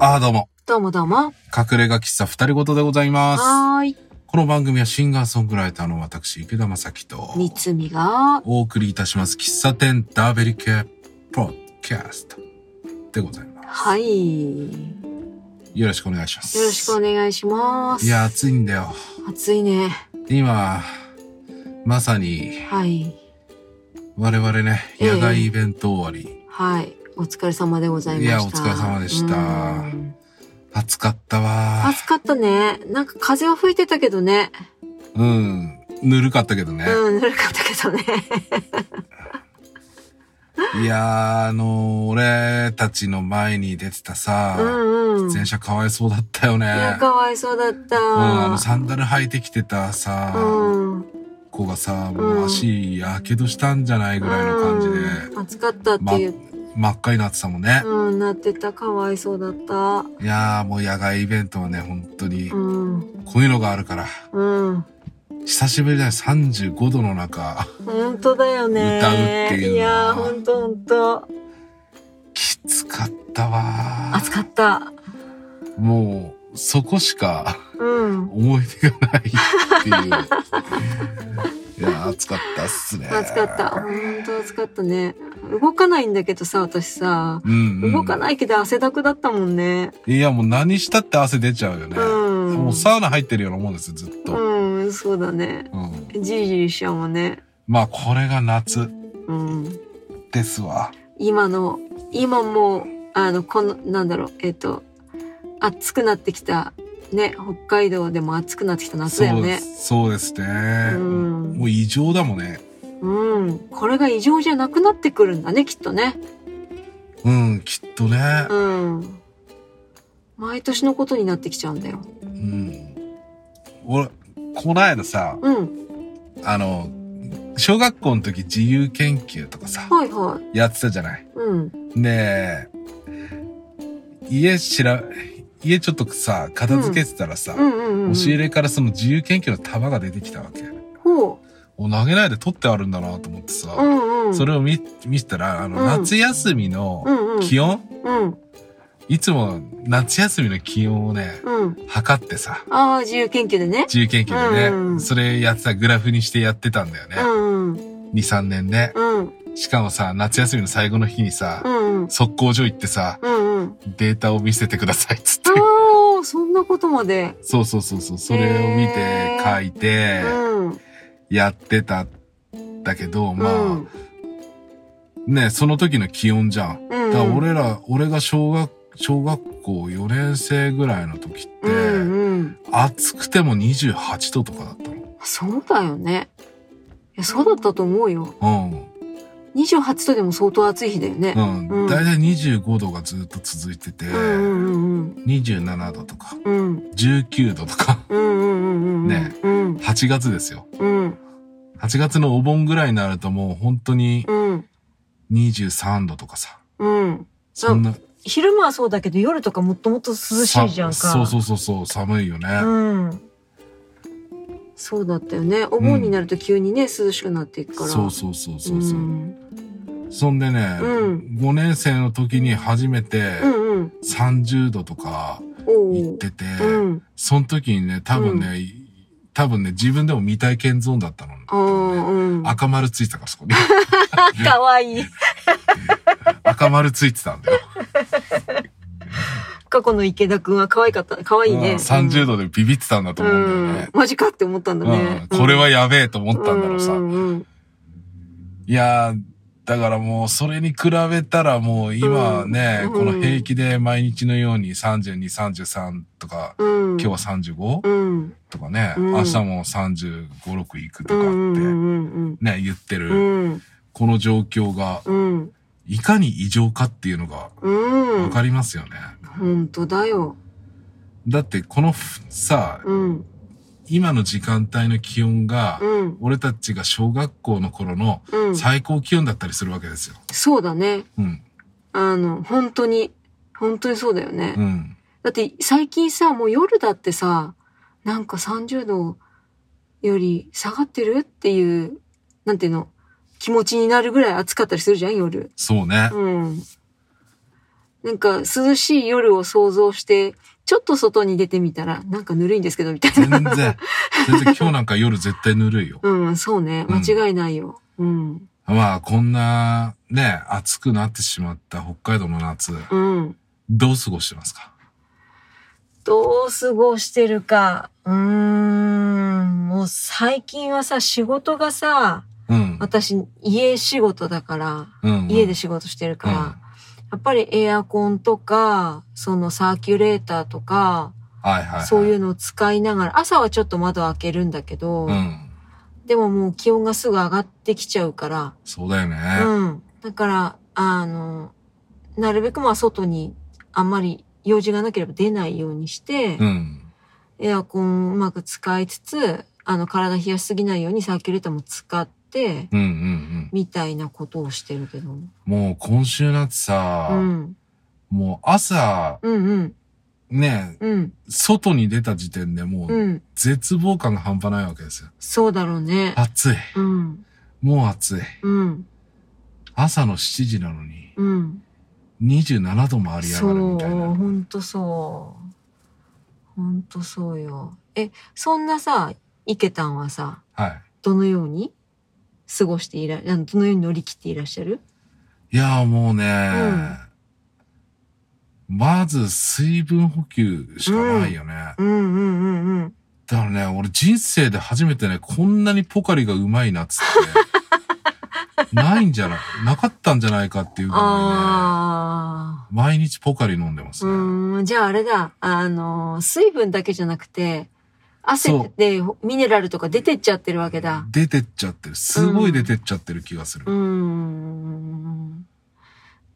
ああ、どうも。どうもどうも。隠れ家喫茶二人ごとでございます。はーい。この番組はシンガーソングライターの私、池田正樹と、三つみが、お送りいたします喫茶店ダーベリ系ポッドキャストでございます。はい。よよろしくお願いします。ろしくおい願いします。いや、暑いんだよ。暑いね。今、まさに、はい。我々ね、ええ野外イベント終わり、はい。お疲れ様でございました。いやお疲れ様でしたうん暑かったわ暑かったね。なんか風は吹いてたけどね。うん。ぬるかったけどね。うん、ぬるかったけどね。いやー、あのー俺たちの前に出てたうさ、んうん。電車かわいそうだったよね。いや、うん、かわいそうだった。あの、サンダル履いてきてたさ、うん。子がさ、もううん足、やけどしたんじゃないぐらいの感じで、うん暑かったっていう、真っ赤になってたもんね。うん、なってた。かわいそうだった。いやー、もう野外イベントはね、本当にう、ん。こういうのがあるから、うん。久しぶりだよ、35度の中、本当だよね。歌うっていうのはいやー、本当本当。きつかったわ暑かった。ー。もう、そこしか、うん。思い出がないって いう。いや、暑かったっすね。暑かった。。本当暑かったね。動かないんだけどさ、私さ。うん、うん。動かないけど汗だくだったもんね。いや、もう何したって汗出ちゃうよね。うんもうサウナ入ってるようなもんですよ、ずっと。うん、そうだね。うん。じりじりしちゃうもんね。まあ、これが夏うん。ですわ。今の、今もう、あの、この、なんだろう、えっと、暑くなってきた、ね、北海道でも暑くなってきた夏だそようでね。す。そうですね。うんもう異常だもんね。うん。これが異常じゃなくなってくるんだね、きっとね。うん、きっとね。うん。毎年のことになってきちゃうんだよ。うん。俺、こないださ、うん。あの、小学校の時自由研究とかさ、はいはい。やってたじゃない。うん。ねえ、家知ら、家ちょっとさ、片付けてたらさ、うんうんうん。押し入れからその自由研究の束が出てきたわけ。ほお投げないで取ってあるんだなと思ってさ、う。うんうん。それ、れを見、見せたら、あの、うん夏休みのうんうん。気温、うん。いつも夏休みの気温をね、うん。測ってさ、ああ、自由研究でね。自由研究でね、うんうんそれやってたグラフにしてやってたんだよねう。んうん。 2、3年ね。うん。しかもさ、夏休みの最後の日にさ、うんうん。速攻所行ってさ、うんうん。データを見せてくださいっつって。ああ、そんなことまで。そうそうそうそう、それを見てへー書いてうん。やってたんだけど、まあ、うんね、その時の気温じゃん。うん。だから俺ら、俺が小学、小学校4年生ぐらいの時って、うんうん。暑くても28度とかだったそうだよね。いや、そうだったと思うよ。の。 28度でも相当暑い日だよねう。ん。う。うんんだいたい25度がずっと続いてて、うんうん27度とか、うんうん。うん。 19度とか、 うんうんうんうん。ね。うん。 8月ですよ。うん。 8月のお盆ぐらいになるともう本当にうん。 23度とかさ。うん。そんな、昼間はそうだけど夜とかもっともっと涼しいじゃんか。さそうそうそうそう、寒いよね。うん。そうだったよね。お盆になると急にね、涼しくなっていくから。そうそうそうそうそう。んそんでね、うん5年生の時に初めて、うんうん。 30度とかお行っうてて、うん。その時にね、多分ね、多分ね、自分でも未体験ゾーンだったの。ああ、うん。赤丸ついてたから、そこに。かわいい。赤丸ついてたんだよ。過去の池田くんは可愛かった。可愛 いね。うん30度度でビビってたんだと思うんだよね。マジかって思ったんだうんね。これはやべえと思ったんだろうさ。うんうんいやー、だからもうそれに比べたらもう今ね、うんこの平気で毎日のように32、33とか、うん。うん今日は 35?、うん。とかね、うん明日も35、6行くとうんうかんっうんてね、言ってる、うん。うん。この状況が、うん。いかに異常かっていうのがうわん。かりますよね。本当だよ。だってこのふさ、うん。今の時間帯の気温が、うん。俺たちが小学校の頃のうん。最高気温だったりするわけですよ。そうだね。うん。あの、本当に、本当にそうだよね。うん。だって最近さ、もう夜だってさ、なんか30度より下がってるっていう、なんていうの、気持ちになるぐらい暑かったりするじゃん、夜。そうね。うん。なんか涼しい夜を想像して、ちょっと外に出てみたら、なんかぬるいんですけど、みたい全な。然、全然今日なんか夜絶対ぬるいよ。うん、そうね。うん間違いないよ。うん。まあ、こんな、ね、暑くなってしまった北海道の夏、うん。どう過ごしてますかどう過ごしてるか。うーん。もう最近はさ、仕事がさ、うん。私、家仕事だから、うん、家で仕事してるから、やっぱりエアコンとか、そのサーキュレーターとか、うん。はいはい、はい。そういうのを使いながら、朝はちょっと窓開けるんだけど、うん。でももう気温がすぐ上がってきちゃうから、そうだよね。うん。だから、あの、なるべくまあ外にあんまり用事がなければ出ないようにして、うん。エアコンをうまく使いつつ、あの体冷やしすぎないようにサーキュレーターも使って、うんうんうん。みたいなことをしてるけど。もう今週夏さ、うん。もう朝、うんうん。ね、うん。外に出た時点でもう。うん絶望感が半端ないわけですよ。そうだろうね。暑い。うん。もう暑い。うん。朝の7時なのに、うん。 27度もありやそがるう、みたいな。ほんとそう。ほんとそうよ。え、そんなさ、イケたんはさ、はどのように過ごしていら、あのどのように乗り切っていらっしゃるい。いやーもうね、まず水分補給しかないよね。うんうんうんうん。だからね、俺人生で初めてね、こんなにポカリがうまいなっ つって、ないんじゃない、なかったんじゃないかっていうぐらあいね、毎日ポカリ飲んでまあ。すうね。ーん、じゃああれだ、あの、水分だけじゃなくて、汗でミネラルとか出てっちゃってるわけだ。出てっちゃってる。すごい出てっちゃってる気がする。うーん。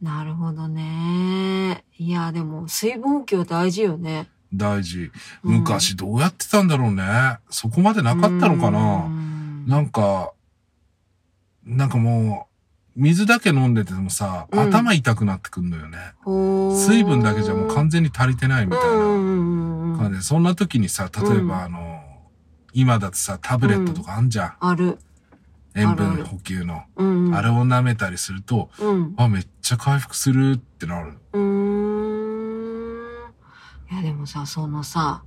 なるほどね。いや、でも、水分補給は大事よね。大事。うん昔どうやってたんだろうね。そこまでなかったのかな。ななんか、なんかもう、水だけ飲んでてもさ、うん頭痛くなってくんのよね。水分だけじゃもう完全に足りてないみたいなうん感うんうんじで、うん、そんな時にさ、例えうんばあの、今だとさ、タブレットとかあんじゃん。ある。塩あるあ分る補給の。うんうん、あれを舐めたりすると、うん。あ、めっちゃ回復するってなる。うーん。いや、でもさ、そのさ、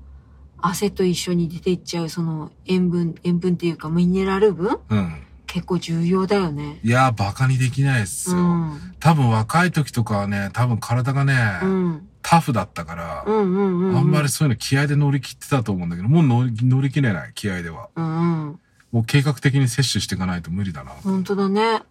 汗と一緒に出ていっちゃう、その塩分、塩分っていうかミネラル分うん。結構重要だよね。いやー、バカにできないっすうよ。ん。うん。多分若い時とかはね、多分体がね、うんタフだったから、うんうんうん。あんまり。そういうの気合で乗り切ってたと思うんだけど、もう乗り乗り切れない、気合では。うんうん。もう計画的に摂取していかないと無理だな。本当だね。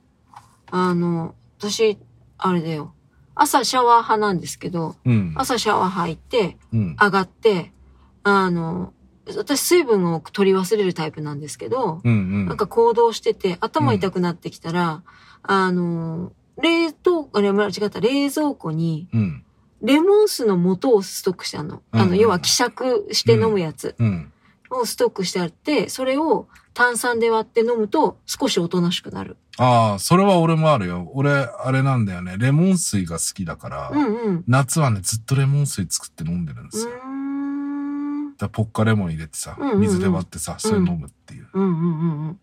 あの、私、あれだよ。朝シャワー派なんですけど、うん。朝シャワー入って、うん。上がって、あの、私水分を取り忘れるタイプなんですけど、うんうなんん。か行動してて頭痛くなってきたら、あの、冷凍、あれ、間違った、冷蔵庫にうん。レモン酢の素をストックしてあんの。あうんうの、ん要は希釈して飲むやつうん。をストックしてあって、それを炭酸で割って飲むと少しおとなしくなる。ああ、それは俺もあるよ。俺、あれなんだよね。レモン水が好きだから、うんうん。夏はね、ずっとレモン水作って飲んでるんでうすよ。ーん。だからポッカレモン入れてさうんうんう、ん水で割ってさ、それ飲むっていう。うんうんうんうん。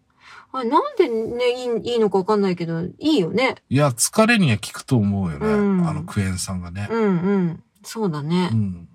あれなんでね、いいいいのかわかんないけど、いいよね。いや、疲れには効くと思うよね。うんあのクエン酸がね。うんうん。そうだね。うん。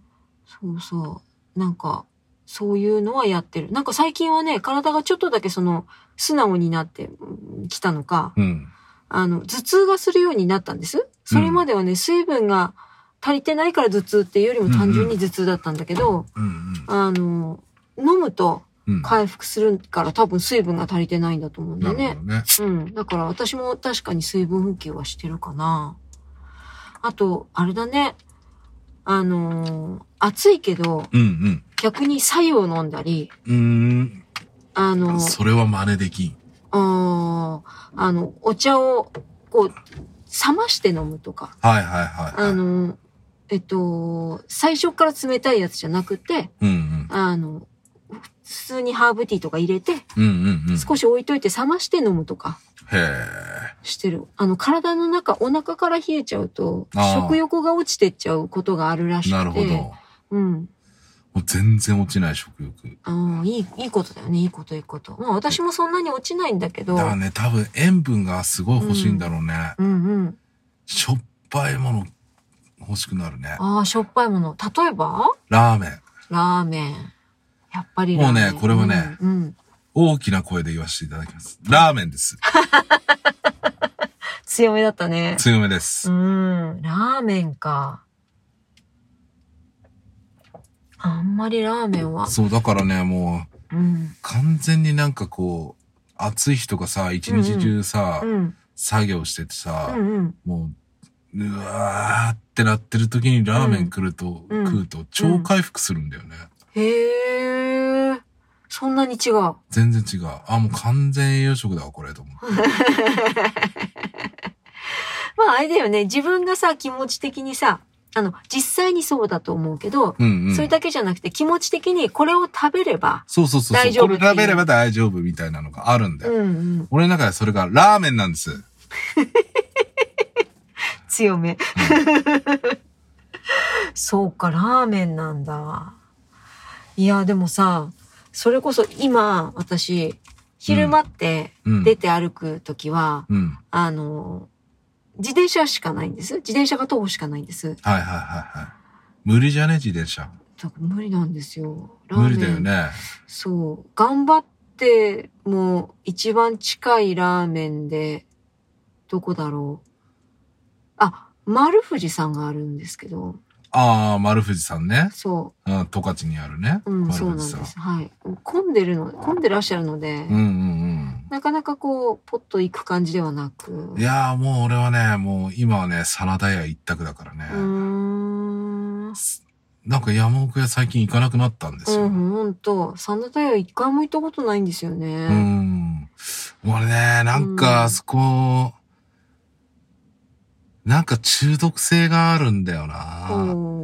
そうそう。なんか、そういうのはやってる。なんか最近はね、体がちょっとだけその、素直になってうんきたのか、うん。あの、頭痛がするようになったんです。それまではね、水分が足りてないから頭痛っていうよりも単純に頭痛だったんだけど、うんうん。あの、飲むとうん。回復するから多分水分が足りてないんだと思うんだなよるねほ。どね。うん。だから私も確かに水分補給はしてるかな。あと、あれだね。あのー暑いけど、うん逆に白湯を飲んだり、うん。あうーのん。ー、それは真似できん。あーあの、お茶を、こう、冷まして飲むとか。はいはいはい。あ、のー、えっと、最初から冷たいやつじゃなくて、うんうん。あの、普通にハーブティーとか入れて、うんうんうん。へ少し置いといて冷まして飲むとか。え。してる。あの、体の中、お腹から冷えちゃうと、あー食欲が落ちてっちゃうことがあるらしくて。なるほど。もうん。う全然落ちない食欲。ああ、いい、いいことだよね。いいこと、いいこと。まあ、私もそんなに落ちないんだけど。だからうね、多分塩分がすごい欲しいんだろうね。んうん。しょっぱいもの欲しくなるね。ああ、しょっぱいもの。例えばラーメン。ラーメン。やっぱりラーメン。もうねこれはねうん。うん大きな声で言わせていただきます。ラーメンです。強めだったね。強めでうす。ん。ラーメンか。あんまりラーメンは。そう、だからね、もう、うん。完全になんかこう、暑い日とかさ、一日中さ、うん。作業しててうさ、んうん。もう、うわーってなってる時にラーメン来ると、うん食うと超回復するんだよね。へえ。そんなに違う。全然違う。あ、もう完全栄養食だわ、これ、と思って。まああれだよね。自分がさ、気持ち的にさ、あの、実際にそうだと思うけど、うんうん。それだけじゃなくて気持ち的にこれを食べれば、そうそうそうそう。大丈夫これ食べれば大丈夫みたいなのがあるんだうよ。んうん。俺の中でそれがラーメンなんです。強め。そうか、ラーメンなんだ。いや、でもさ、それこそ今、私、昼間ってうん出て歩くときは、うん。あの、自転車しかないんです。自転車が徒歩しかないんです。はいはいはいはい。無理じゃね、自転車。だから無理なんですよ。ラーメ無ン理だよ。ね。そう。頑張って、もう一番近いラーメンで、どこだろう。あ、丸藤さんがあるんですけど、ああ、丸藤さんね。そう。うん、十勝にあるね。うん、丸そうなんで藤さん。す。はい。混んでるの、混んでらっしゃるので、うんうんなかなかこう、ポッと行く感じではなく。うん。いやーもう俺はね、もう今はね、真田屋一択だからねう。ーん。うん、なんか山奥屋最近行かなくなったんですよ。うん。ほんと、サンダタイヤ一回も行ったことないんですよね。俺ね、なんかあそこ、なんか中毒性があるんだよな。も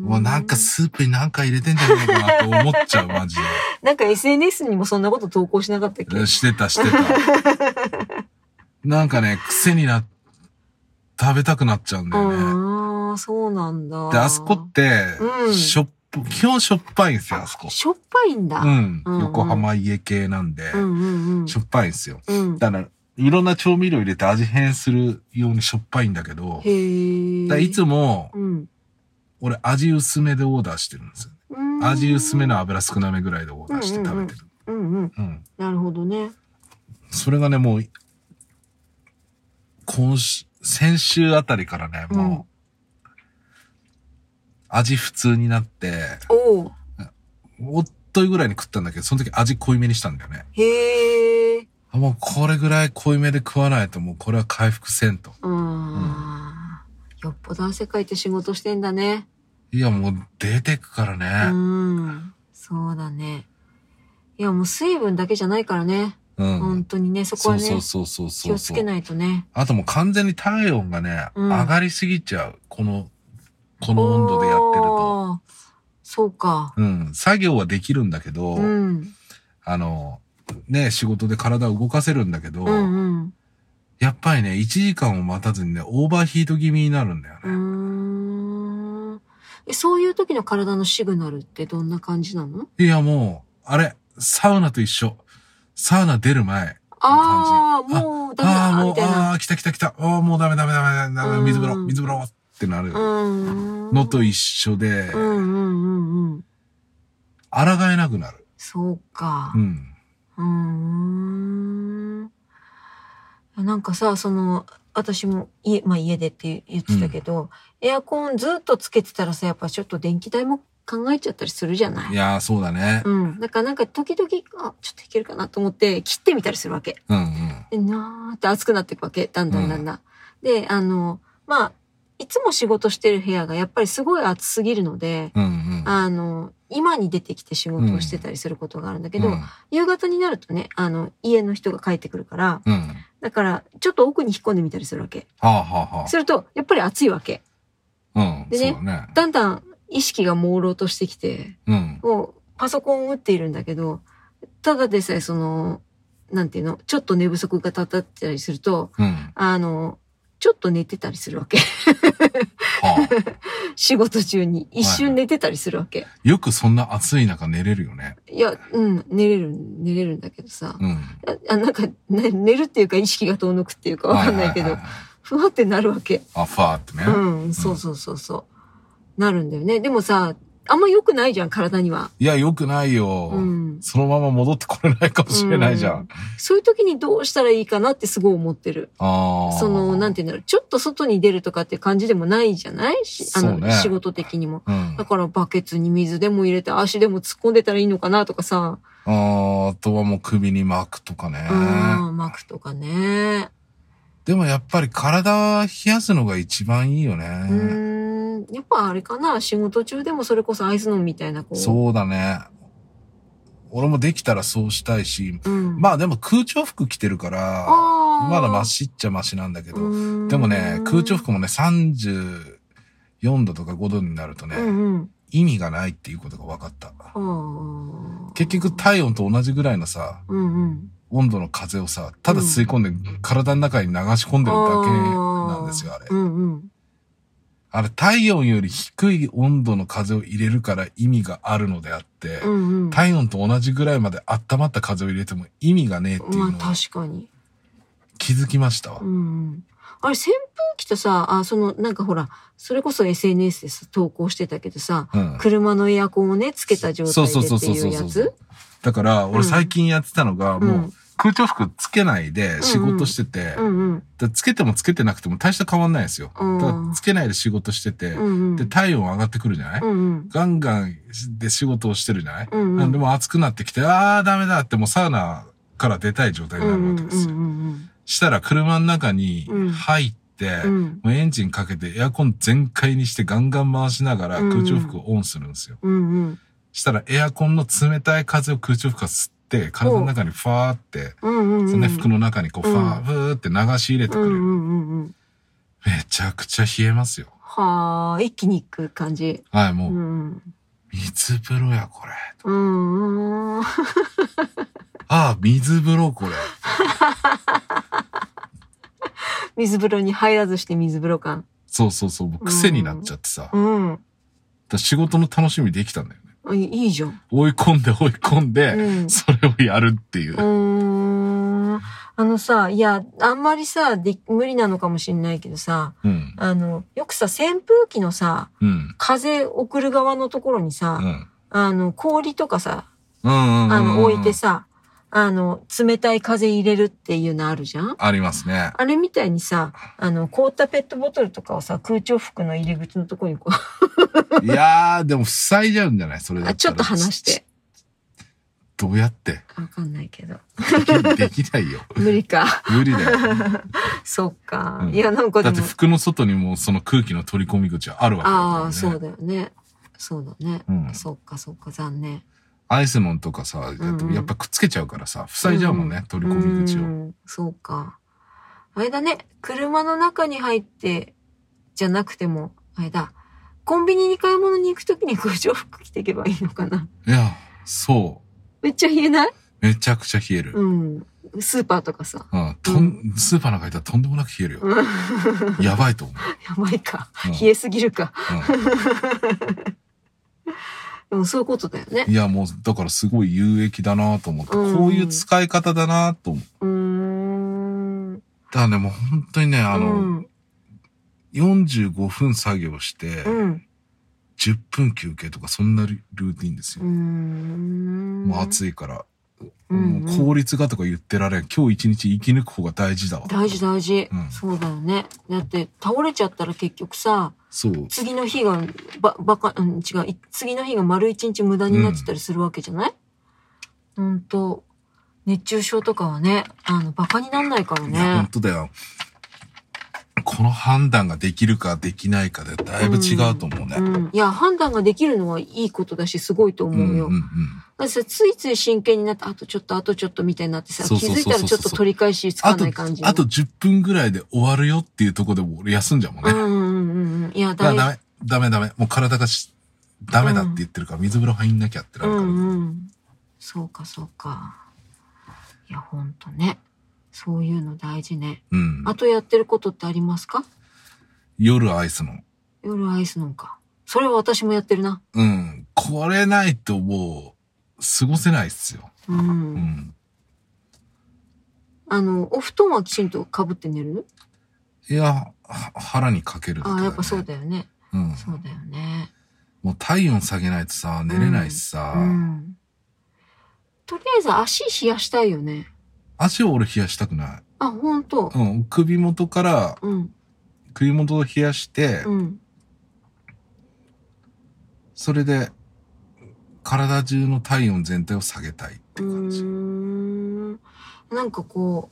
もうなんかスープになんか入れてんじゃねえかなと思っちゃう、マジなんか SNS にもそんなこと投稿しなかったっけで。してた、してた。 なんかね、癖にな、食べたくなっちゃうんだよね。ああ、そうなんだ。で、あそこって、うんしょっぱ、基本しょっぱいんですよ、あそこ。しょっぱいんだ。ううん、ん。うん横浜家系なんで、うん、うんうん。しょっぱいんですよ。うん。だから、いろんな調味料入れて味変するようにしょっぱいんだけど、へえ。だからいつも、うん、俺味薄めでオーダーしてるんですよ。うん味薄めの。油少なめぐらいでオーダーして食べてる。うんうん。うんなるほどね。それがね、もう、今週、先週あたりからね、もう、うん味普通になって、おお。おっといぐらいに食ったんだけど、その時味濃いめにしたんだよね。へえ。あもうこれぐらい濃いめで食わないともうこれは回復せんと。あーよっぽど汗かいて仕事してんだね。いやもう出てくかうらね。ん。そうだね。いや、もう水分だけじゃないからね。うん。本当にね、そこそはうね、そうそうそう気そをうつけそう。ないとね。あともう完全に体温がね、うん上がりすぎちゃう。この、この温度でやってると。おー。そうか。うん。作業はできるんだけど、うん。あの、ね、仕事で体を動かせるんだけど、うんやっぱりね、1時間を待たずにね、オーバーヒート気味になるんだよね。うん。うーん。えそういう時の体のシグナルってどんな感じなのいや、もう、あれ、サウナと一緒。サウナ出る前。ああ、もうダメああ、だ、もうみ、たいな。ああー、来た来た来た。ああ、もうダメダメダメダメダうメ、ん水風呂、水風呂ってなるうん。のと一緒でう、んうんうんうん。抗えなくなる。そうかう。ん。うーん。なんかさ、その、私も家、まあ家でって言ってたけど、エアコンずっとつけてたらさ、やっぱちょっと電気代も考えちゃったりするじゃないいやー、そうだね。うん。だからなんか時々、あ、ちょっといけるかなと思って切ってみたりするわけ。うんうん。で、なーって熱くなっていくわけ。だんだんだんだん。で、あの、まあ、いつも仕事してる部屋がやっぱりすごい暑すぎるので、うんうん。あの、今に出てきて仕事をしてたりすることがあるんだけど、うん夕方になるとね、あの、家の人が帰ってくるから、うん。はだから、ちょっと奥に引っ込んでみたりするわけ。あはすると、やっぱり暑いわけ。あはあ。うん。でそねうだね。だんだん意識が朦朧としてきて、うん。もう、パソコンを打っているんだけど、ただでさえその、なんていうの、ちょっと寝不足がたたってたりすると、うん。あの、ちょっと寝てたりするわけ。 はあ。仕事中に。一はいは瞬い寝てたりするわけ。よくそんな暑い中寝れるよね。いや、うん、寝れる、寝れるんだけどさ。うん。あ、なんか、ね、寝るっていうか意識が遠のくっていうかわかんないけどは。ははふわってなるわけ。あ、ファーってね。うん、そうそうそうそう。なるんだよね。でもさ、あんま良くないじゃん、体には。いや、良くないよ、うん。そのまま戻ってこれないかもしれないじゃん。うんそういう時にどうしたらいいかなってすごい思ってる。ああ。その、なんていうんだろう、ちょっと外に出るとかって感じでもないじゃないしあその、うね仕事的にも。うん。だからバケツに水でも入れて足でも突っ込んでたらいいのかなとかさ、あーあとはもう首に巻くとかね。うん、巻くとかね。でもやっぱり体冷やすのが一番いいようね。ーん、やっぱあれかな、仕事中でもそれこそアイス飲むみたいな、こう。そうだね。俺もできたらそうしたいし、うん。まあでも空調服着てるから、あまだマしシっちゃマシなんだけけど、でもね、空調服もね、34度とか5度になるとね、うんうん。意味がないっていうことが分かった。ああ結局、体温と同じぐらいのさ、うんうん。温度の風をさ、ただ吸い込んで体の中に流し込んでるだけなんですよ、あれう。んうん。あれ、体温より低い温度の風を入れるから意味があるのであって、うんうん。体温と同じぐらいまで温まった風を入れても意味がねえっていまうあのを確かに。気づきましたわうん。うん。あれ、扇風機とさ、あ、その、なんかほら、それこそ SNS でさ、投稿してたけどさ、うん。車のエアコンをね、つけた状態でっていうやつだから、うん俺最近やってたのが、もうんう空調服つけないで仕事してて、だうかんうん。らつけてもつけてなくても大した変わんないんですよ。だうんからつけないで仕事してて、うんうん。で、体温上がってくるじゃない、うんうん。ガンガンで仕事をしてるじゃない、うんう。なんんでも暑くなってきて、あーダメだってもうサウナから出たい状態うんになうるわんけうんでうすよ。んしたら車の中に入って、うん。もうエンジンかけてエアコン全開にしてガンガン回しながらうん空調服をオンするんですよ。うんうん。したらエアコンの冷たい風を空調服が吸って、体の中にファーって、うんうん。そのね服の中にこううんファー、ブーって流し入れてうんくうれんる。うんうん。めちゃくちゃ冷えますよ。はあ、一気に行く感じ。はい、うもう、ん。水風呂や、これ。うんうん。ああ、水風呂、これ。水風呂に入らずして水風呂感。そうそうそう、もう癖になっちゃってさ。だかうん。ら仕事の楽しみできたんだよね。いいいじゃん。追い込んで追い込んで、うんそれをやるっていうう。ーん。あのさ、いや、あんまりさ、で無理なのかもしんないけどさ、うん。あの、よくさ、扇風機のさ、うん。風送る側のところにさ、うん。あの、氷とかさ、うんうんうんうんあの、置いてさ、あの、冷たい風入れるっていうのあるじゃんありますね。あれみたいにさ、あの、凍ったペットボトルとかをさ、空調服の入り口のところにこいやー、でも塞いじゃうんじゃないそれう、だあたらちょっと離し。ちて。どうやってわかんないけど。できないよ。無理か。無理だ よ。そっか。うんいや、なんかだでっても。服の外にもその空気の取り込み口はあるわけだから、ね。ああ、そうだよね。そうだね。うんそっかそっか、残念。アイスモンとかさ、やってもうんうんやっぱくっつけちゃうからさ、塞いじゃうもんね、取り込み口うを。んそうか。あれだね、車の中に入って、じゃなくても、あれだ、コンビニに買い物に行くときに 空調服着ていけばいいのかな。いや、そ。めっちゃ冷えないうめちゃくちゃ冷える。うん。スーパーとかさ。うん、とん、スーパーなんか行ったらとんでもなく冷えるよ。やばいと思う。 やばいか。うん冷えすぎるか。うんでもそういうことだよね。いや、もう、だからすごい有益だなと思って、うんこういう使い方だなと思う。うーん。だからね、もう本当にね、あの、うん。 45分作業して、うん。 10分休憩とか、そんなルルーティンですうーよ。ん。もう暑いから。うんもう効率がとか言ってられん。今日一日生き抜く方が大事だわ。大事大事、うんそうだよね。だって倒れちゃったら結局さ、そう。次の日が、ば、ばか、うん、違う、い次の日が丸一日無駄になってたりするわけじゃない、ほんと、熱中症とかはね、あの、バカになんないからいや、本ね。当だよ。この判断ができるかできないかでだいぶ違うと思うね。うん。いや、判断ができるのはいいことだし、すごいとうん思うよ。うんうん。だってさついつい真剣になって、あとちょっと、あとちょっとみたいになってさ、そう気そづうそういそうたらちょっと取り返しつかあなとい感じ、、あと、10分ぐらいで終わるよっていうところでも俺休んじゃうもんうね。んうんうんうん。いや、いや大事ダメ、ダメダメ。もう体がし、ダメだって言ってるから、水風呂入んなきゃってなるから。うんうん、そうかそうかいやほんとねそういうの大事ねうんあとやってることってありますか夜アイスの。夜アイス飲むかそれは私もやってるなうん。これないともう、過ごせないっすよ。うん、うん。あのお布団はきちんとかぶって寝るいいや、は腹にかけるだけだ、あね。あ、やっぱそうだよね。うん。そうだよね。もう体温下げないとさ、寝れないしさ、うん。とりあえず足冷やしたいよね。足を俺冷やしたくない。あ、ほんと。うん、首元から、うん。首元を冷やして、うん。それで、体中の体温全体を下げたいってうー感じ。ん。なんかこ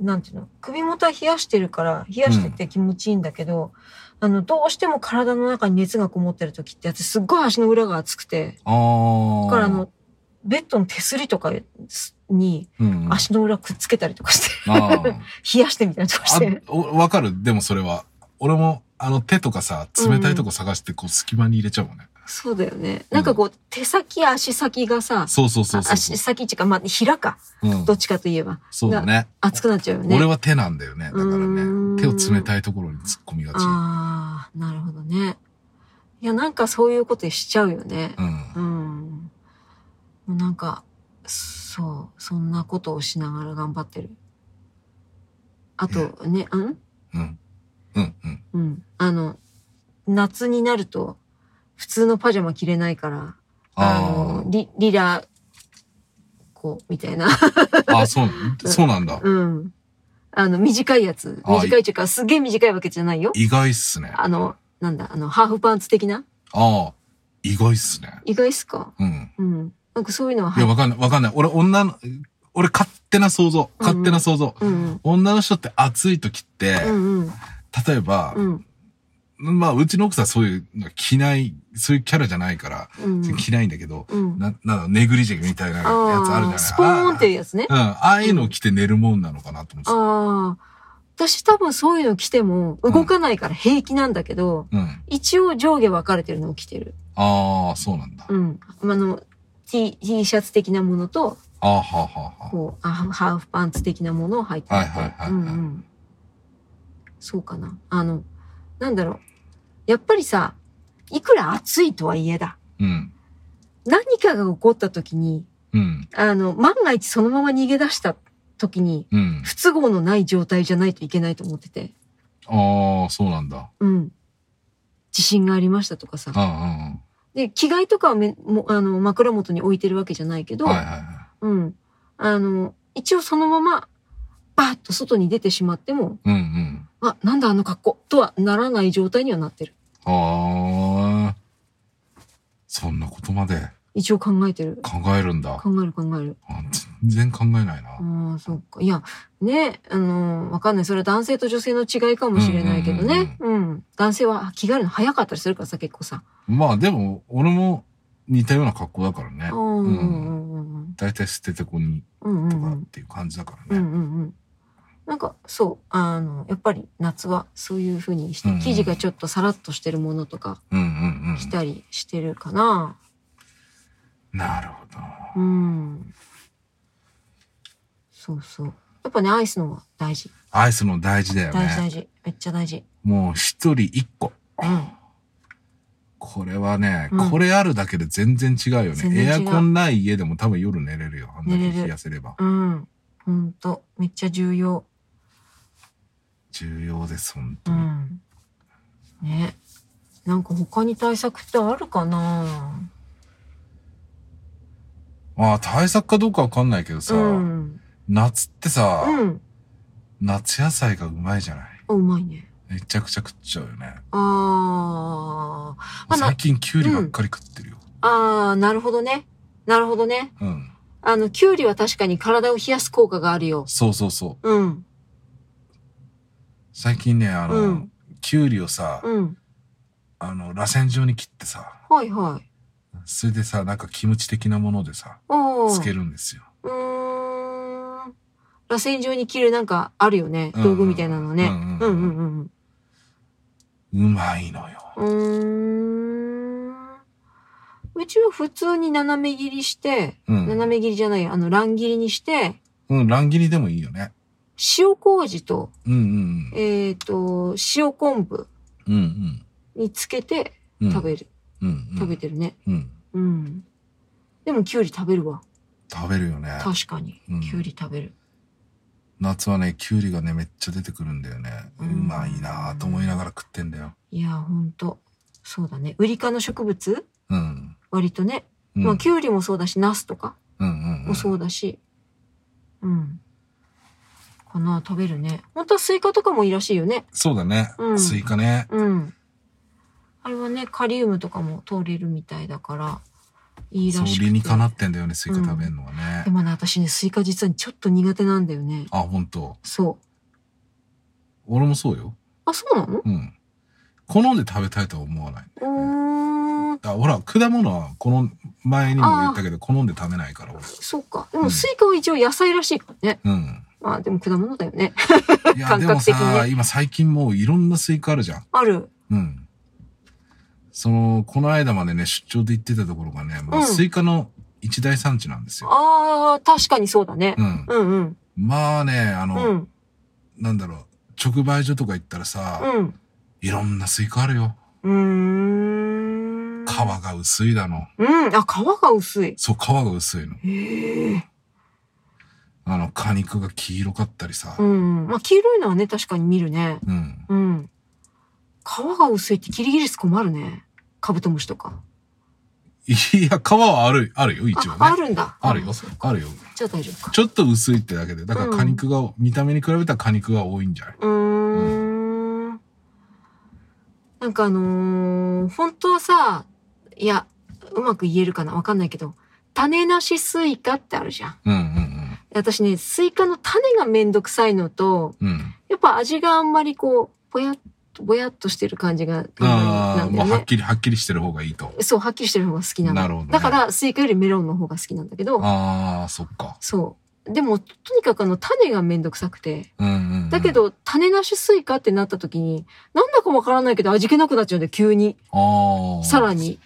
う、なんていうの、首元は冷やしてるから、冷やしてて気持ちいいんだけど、あの、どうしても体の中に熱がこもってる時って、私すっごい足の裏が熱くて、あー。だからあの、ベッドの手すりとかにうんうん、足の裏くっつけたりとかして、 あー冷やしてみたいなとかして。あおわかるでもそれは。俺も、あの手とかさ、冷たいとこ探して、こう隙間に入れちゃうもんね。そうだよね。なんかこう、手先、足先がさ、そうそうそうそうそ足先っていうか、まあ、平か。う。うんど、っちかといえば。そうだね。熱くなっちゃうよね。俺は手なんだよね。だからうね。ん手を冷たいところに突っ込みがち。ああ、なるほどね。いや、なんかそういうことしちゃうよねう。んう。ん。もうなんか、そう、そんなことをしながら頑張ってる。あと、ね、うんうん。うん。うん。うん。あの、夏になると、普通のパジャマ着れないから、ああの、リ、リラ、こう、みたいな。 ーあ、そう、そうなんだ。うん。あの、短いやつ。あ短いっていうか、すげえ短いわけじゃないよ。意外っすね。ああの、なんだ、あの、ハーフパンツ的なあー、意外っすね。意外っすかうん。うん。なんかそういうのはい入や、っわかんない。わかんない。俺、女の、俺、勝手な想像。勝手な想像。うん女の人って暑い時って、うんうん。例えば、うんまあ、うちの奥さんはそういうの着ない、そういうキャラじゃないから、うん着ないんだけど、うん。な、なの、ネグリジェみたいなやつあるじゃあなあ、いスポーンっていうやつね。あーうん、ああいうのを着て寝るもんなのかなと思ってた。ああ。私多分そういうの着ても動かないから平気なんだけど、うん。一応上下分かれてるのを着てる。ああ、そうなんだ。うん。あの、T, T シャツ的なものと、ああ、はあ、はあ、はこう、あハーフパンツ的なものを履いててはいはいはいはいうんうん。そうかな。あの、なんだろう。やっぱりさ、いくら暑いとはいえだ。あ。うん。何かが起こった時に、うん。あの、万が一そのまま逃げ出した時に、うん。不都合のない状態じゃないといけないと思ってて。ああ、そうなんだ。うん。地震がありましたとかさう。んうんで、着替えとかはめもあの枕元に置いてるわけじゃないけうど、ん。はいはいはうん。あの、一応そのまま、バーッと外に出てしまっても、い。うんうん。あ、なんだあの格好とはならない状態にはなってる。ああ。そんなことまで一応考えてる。考えるんだ。考える考える。あ全然考えないな。ああ、そっか。いや、ね、あの、わかんない。それは男性と女性の違いかもしれないけどね。うん男性は着替えるの早かったりするからさ、結構さ。まあでも、俺も似たような格好だからねう。んうんうんだいたい捨ててこにうん。うんうとかっんていう感じだからね。うんうん。なんか、そう、あの、やっぱり夏はそういう風にしてうんう、ん生地がちょっとさらっとしてるものとかうんうん着たりしてるかな。うん。なるほど。うん。そうそう。やっぱね、アイスのは大事。アイスの大事だよ大事大ね。事。めっちゃ大事。もう一人一個。うん。これはね、うんこれあるだけで全然違うよ全ね。然エ違アうコンない家でも多分夜寝れるよ。あんだ寝けれる冷やせれば。うん。ほんと。めっちゃ重要。重要です、本う当に。ん。ね。なんか他に対策ってあるかなまあ対策かどうかわかんないけどさ、うん。夏ってさ、うん。夏野菜がうまいじゃない。あうまいね。めちゃくちゃ食っちゃうよね。あー。あな最近キュウリばっかり食ってるよ。あー、なるほどね。なるほどね。うん。あの、キュウリは確かに体を冷やす効果があるよ。そうそうそう。うん。最近ね、あの、うんキュウリをさ、うん。あの、螺旋状に切ってさ、はいはい。それでさ、なんかキムチ的なものでさ、おつけー。るんですよ。うーん。螺旋状に切るなんかあるよね。うん道具みたいなのね。うんううんんうんうん。うまいのよ。うーん。うちは普通に斜め切りして、うん斜め切りじゃない、あの、乱切りにして、うん、乱切りでもいいよね。塩麹と、うんうんえっ、と、塩昆布うん。うんにつけてうん。食べる。うんうん、食べてるね。うん。うん。でも、きゅうり食べるわ。食べるよね。確かに。うんきゅうり食べる。夏はね、キュウリがね、めっちゃ出てくるんだよね。ううんまいなぁと思いながら食ってんだよ。いや、ほんと。そうだね。ウリ科の植物うん。割とね。うん。まあ、キュウリもそうだし、ナスとかうんうんうんもそうだし。うん。かな、食べるね。本当はスイカとかもいいらしいよね。そうだね、うんスイカね。うん。あれはね、カリウムとかも取れるみたいだから、いいそうらしくて。理にかなってんだよね、スイカ食べるのはね。でもね、私ね、スイカ実はちょっと苦手なんだよね。あ、本当。そう。俺もそうよ。あ、そうなのうん。好んで食べたいとは思わない。うーん。あほら、果物は、この前にも言ったけど、好んで食べないから、俺そうか。でうんもスイカは一応野菜らしいからね。 うん。まあでも果物だよね。いや、感でも覚的にねさ、今最近もういろんなスイカあるじゃん。ある。うん。その、この間までね、出張で行ってたところがね、まあ、うんスイカの一大産地なんですよ。ああ、確かにそうだねう。ん。うんうん。まあね、あうの、ん。なんだろう、直売所とか行ったらさ、うん。いろんなスイカあるよ。うーん。皮が薄いだの。うん。あ、皮が薄い。そう、皮が薄いの。へえ。あの、果肉が黄色かったりさう。ん。まあ黄色いのはね、確かに見るね。うん。うん。皮が薄いってキリギリス困るね。カブトムシとか。いや、皮はある、あるよ、一応ね。あ、あるんだ。あるよあそう。あるよ。じゃあ大丈夫か。ちょっと薄いってだけで。だからうん果肉が、見た目に比べたら果肉が多いんじゃないうーん。なんかあのー本当はさ、いや、うまく言えるかなわかんないけど、種なしスイカってあるじゃん。うんうん私ね、スイカの種がめんどくさいのと、うん。うん。やっぱ味があんまりこう、ぼやっと、ぼやっとしてる感じが、なああ、んだもようはっね。きり、はっきりしてる方がいいと。そう、はっきりしてる方が好きなの。なるほどねだから、スイカよりメロンの方が好きなんだけど、ああ、そっか。そう。でも、とにかくあの、種がめんどくさくて、うんうん、うん。だけ、ど、種なしスイカってなった時に、なんだかわからないけど味気なくなっちゃうんだよ、急に。ああ。さら。に。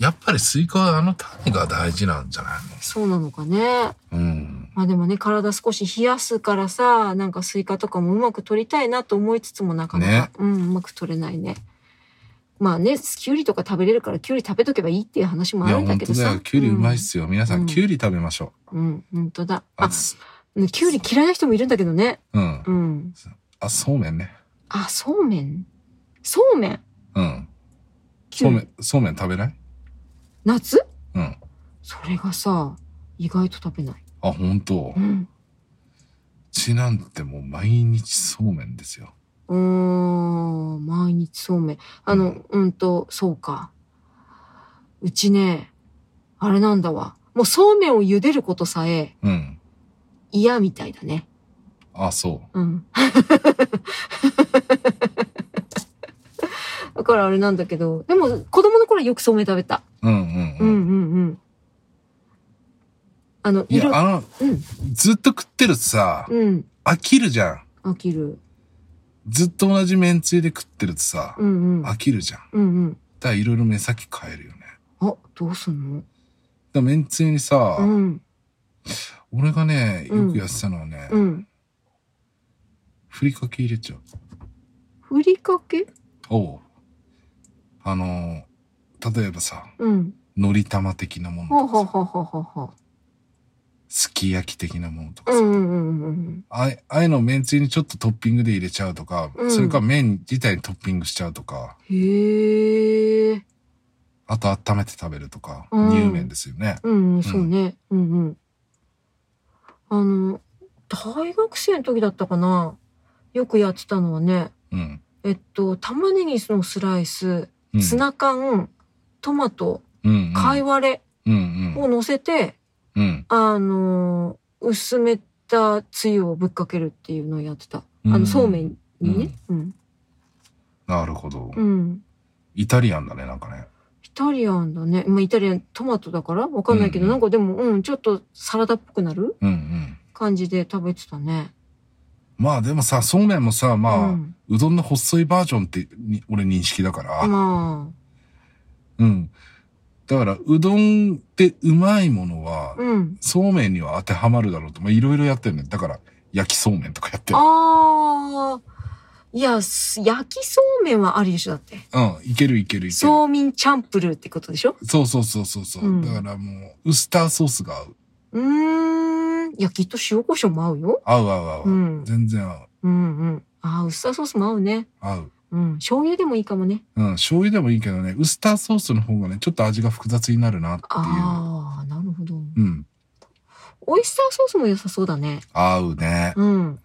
やっぱりスイカはあの種が大事なんじゃないそうなのかね。のうん。まあでもね、体少し冷やすからさ、なんかスイカとかもうまく取りたいなと思いつつもなかなか、ねうん、うまく取れないね。まあね、キュウリとか食べれるからキュウリ食べとけばいいっていう話もあいや、るんだ本け当どださよ。。キュウリうまいっすよ。皆さ、うんんキュウリ食べましょうん。うん、本当だ。う。ああ、ねキュウリ嫌いな人もいるんだけどね。うんう。ん。あ、そうめんね。あ、そうめんそうめんうん。キそュうウめリん、そうめん食べない夏うん。それがさ、意外と食べない。あ、本当。ううん。ちなんてもう毎日そうめんですよ。うーん、毎日そうめん。あの、うんと、そうか。うちね、あれなんだわ。もうそうめんを茹でることさえうん。嫌みたいだね。あ、そうん。 だからあれなんだけど、でも子供の頃はよくそうめん食べた。う。うんううんんう。うんんうん。あの、いや、色、あの、うん、ずっと食ってるとさ、うん、飽きるじゃん。飽きる。ずっと同じめんつゆで食ってるとさ、うんうん。飽きるじゃん。だかうんうん。らいろいろ目先変えるよね。だかあ、どうすんのらめんつゆにさ、うん、俺がね、うんよくやってたのはね、うん。ふりかけ入れちゃう。ふりかけおうあのー、例えばさ、うん。のり玉的なものほうとかほうさ、ほうほうほうほすき焼き的なものとう。かうさ、んうんうんうんあいああいうのをめんつゆにちょっとトッピングで入れちゃうとか、うんそれか麺自体にトッピングしちゃうとか、うん。へえ。あと温めて食べるとか、うん乳麺ですよね。うんうん、そうね。うんうん。あの、大学生の時だったかな。よくやってたのはね、うん。えっと、玉ねぎのスライス、うんツナ缶、トマト、うん。貝割うれんうん。を乗せて、うん。あの、薄めたつゆをぶっかけるっていうのをやってた。あうの、んそうめんにね。うん。なるほど。うん。イタリアンだね、なんかね。イタリアンだね。まあ、イタリアン、トマトだからわかんないけど、うんうんなんかでも、うん、ちょっとサラダっぽくなるうんうん。感じで食べてたね。まあでもさ、そうめんもさ、まあ、ううんどんの細いバージョンってに俺認識だから、まうん。だから、うどんってうまいものはあ、、うん。そうめんには当てはまるだろうと、まあいろいろやってるね。だから、焼きそうめんとかやってる。ああ、いや、す焼きそうめんはありでしょ、だって。うん、いけるいけるいける。そうみんチャンプルーってことでしょそうそうそうそうそう、うんだからもう、ウスターソースが合う。うーん。いや、きっと塩胡椒も合うよ。合う合う合う。うん。全然合う。うんうん。ああ、ウスターソースも合うね。合う。うん。醤油でもいいかもね。うん、醤油でもいいけどね、ウスターソースの方がね、ちょっと味が複雑になるなっていああ、なるほど。う。うん。オイスターソースも良さそうだね。合うね。うん。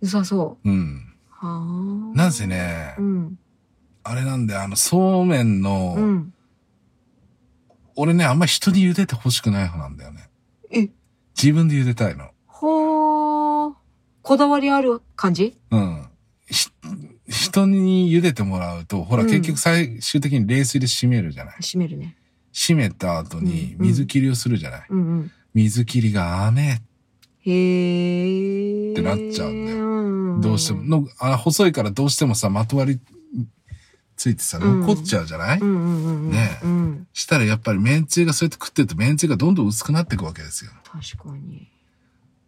良さそう。うん。はあ。なんせ。ねう、ん。あれなんで、あの、そうめんうの、ん。俺ね、あんま人に茹でてほしくない派なんだよね。え自分で茹でたいの。ほー。こだわりある感じうん。ひ人に茹でてもらうと、ほら、うん結局最終的に冷水で締めるじゃない。閉めるね。締めた後にうん水切りをするじゃない。うんうん。水切りが甘え。へー。ってなっちゃうんだよよどうしても、のあ細いからどうしてもさ、まとわりついてさ、うん残っちゃうじゃない、うんうんうんうん。ねえうん。したらやっぱり麺つゆがそうやって食ってると麺つゆがどんどん薄くなっていくわけですよ。確かに。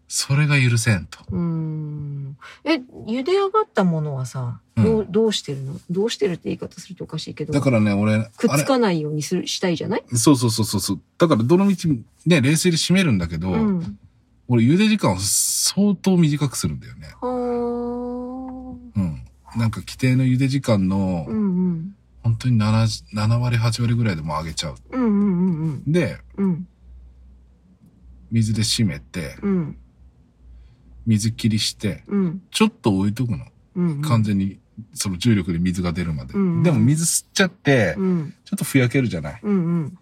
それが許せんと。うん。え、茹で上がったものはさ、どう、どうしてるのどうしてるって言い方するとおかしいけど。だからね、俺、くあっつれ、かないようにする、したいじゃないそうそうそうそうそう。だからどの道ね、冷水で締めるんだけど、うん。俺茹で時間を相当短くするんだよね。はー。うん。なんか規定の茹で時間の、うんうん。本当に 7, 7割、8割ぐらいでもう上げちゃう。うんうんうんうん。で、うん水で締めて、うん水切りして、うんちょっと置いとくの。うん。完全に、その重力で水が出るまで。うんうんでも水吸っちゃってう、んちょっとふやけるじゃない。うんうん。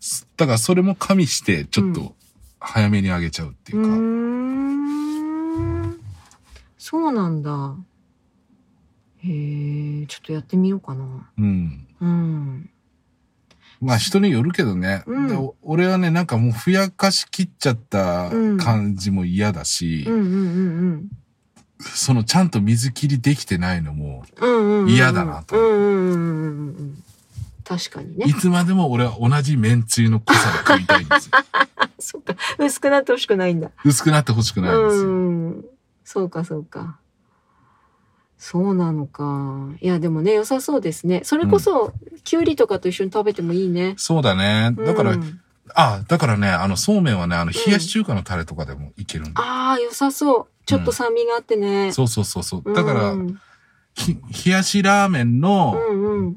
すだからそれも加味して、ちょっうんと早めに上げちゃうっていううか。ーん。そうなんだ。へえ、ちょっとやってみようかな。うん。うん。まあ人によるけどね、うんでお俺はね、なんかもうふやかしきっちゃったうん感じも嫌だし、うんうんうんそのちゃんと水切りできてないのも、うん。うんうんうん。嫌だなとうんうんうんうんうん。確かにねい。つまでも俺は同じ麺つゆの濃さで食いたいん ですよ。そっか。薄くなってほしくないんだ。薄くなってほしくないんですよ。うん。そうか、そうか。そうなのか。いや、でもね、良さそうですね。それこそ、きゅうりとかと一緒に食べてもいいね。そうだね。だから、うんあ、だからね、あの、そうめんはね、あの、冷やし中華のタレとかでもいけるんだ。ああ、良さそう。ちょっと酸味があってね。そうそうそうそうう。んだから、うんひ冷やしラーメンのうん。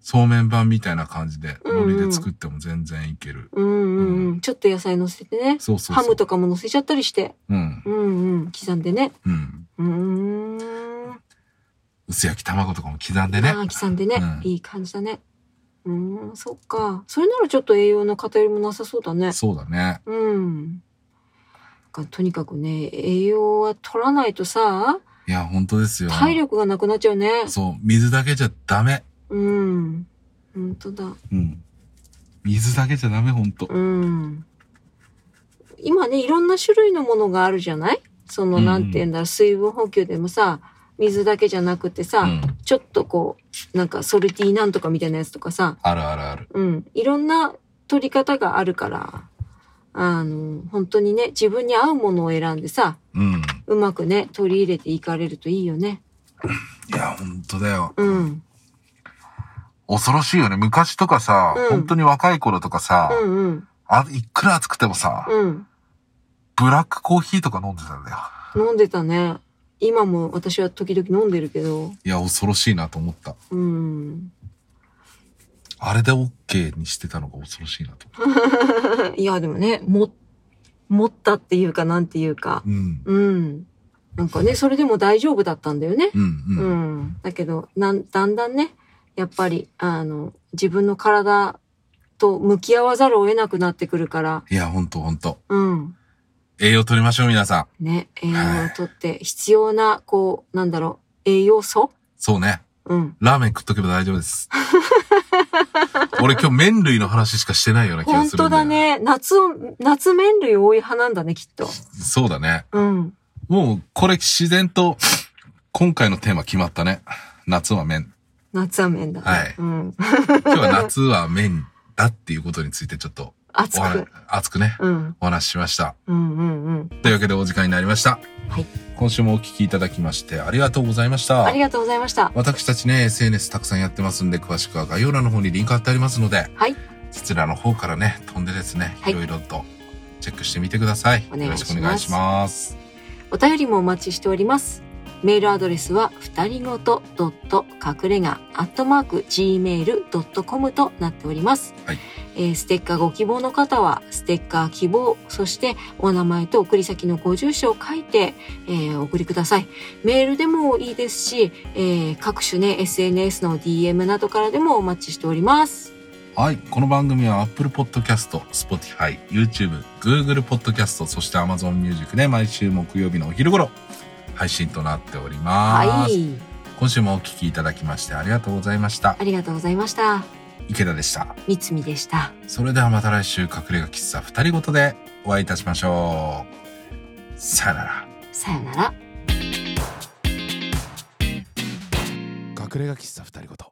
そうめん版みたいな感じで、うんうん海苔で作っても全然いける。うんうんうん。ちょっと野菜乗せてね。そうそうそハう。ムとかも乗せちゃったりして。うんう。んうん。刻んでね。うん。うーん。薄焼き卵とかも刻んでねあ。あ、刻んでねうん。いい感じだね。うーん、そっか。それならちょっと栄養の偏りもなさそうだね。そうだね。うん。なんかとにかくね、栄養は取らないとさ、いや、本当ですよ。体力がなくなっちゃうね。そう、水だけじゃダメ。うん。本当だ。うん。水だけじゃダメ、本当うん。今ね、いろんな種類のものがあるじゃないその、うんなんて言うんだろう、水分補給でもさ、水だけじゃなくてさ、うん。ちょっとこう、なんかソルティなんとかみたいなやつとかさ、あるあるある。うん。いろんな取り方があるから、あの、本当にね、自分に合うものを選んでさ、うん。うまくね、取り入れていかれるといいよね。いや、本当だよ。うん。恐ろしいよね。昔とかさ、うん本当に若い頃とかさ、うんうん。あいくら暑くてもさ、うん。ブラックコーヒーとか飲んでたんだよ。飲んでたね。今も私は時々飲んでるけど。いや、恐ろしいなと思った。うん。あれで OK にしてたのが恐ろしいなと思っ た。いや、でもね、も、持ったっていうか、なんていうか。うん。うん。なんかね、それでも大丈夫だったんだよね。うんううん。ん。だけど、なん、だんだんね、やっぱり、あの、自分の体と向き合わざるを得なくなってくるから、いや、ほんとほんと。うん。栄養取りましょう、皆さん。ね、栄養をとって、必要な、こう、なんだろう、栄養素そうね。うん。ラーメン食っとけば大丈夫です。 俺今日麺類の話しかしてないような気が本する当んだだよ。ね。夏を、夏麺類多い派なんだね、きっと。そうだね。うん。もう、これ自然と、今回のテーマ決まったね。夏は麺。夏は麺だ、ね。はいうん。今日は夏は麺だっていうことについてちょっと、暑お話く。、熱くね、うん。お話ししました。うんうんうん。というわけでお時間になりました。はい今週もお聞きいただきましてありがとうございましあたり。がとうございました。私たちね、SNS たくさんやってますんで、詳しくは概要欄の方にリンク貼ってありますので、はいそちらの方からね、飛んでですね、はいいろいろとチェックしてみてください。お願いしますよろしくお願いします。お便りもお待ちしております。メールアドレスは、ふたりごとドット隠れがアットマーク gmail.com となっております、はいえーステッカーご希望の方は、ステッカー希望、そしてお名前と送り先のご住所を書いて、えーお送りください。メールでもいいですし、えー各種ね、SNS の DM などからでもお待ちしております。はい。この番組は Apple Podcast、Spotify、YouTube、Google Podcast、そして Amazon Music で毎週木曜日のお昼頃配信となっておりまはす。い。今週もお聞きいただきましてありがとうございましたあ。りがとうございました。池田でした。みつみでした。それではまた来週隠れ家喫茶二人ごとでお会いいたしましょう。さよなら。さよなら。隠れ家喫茶二人ごと。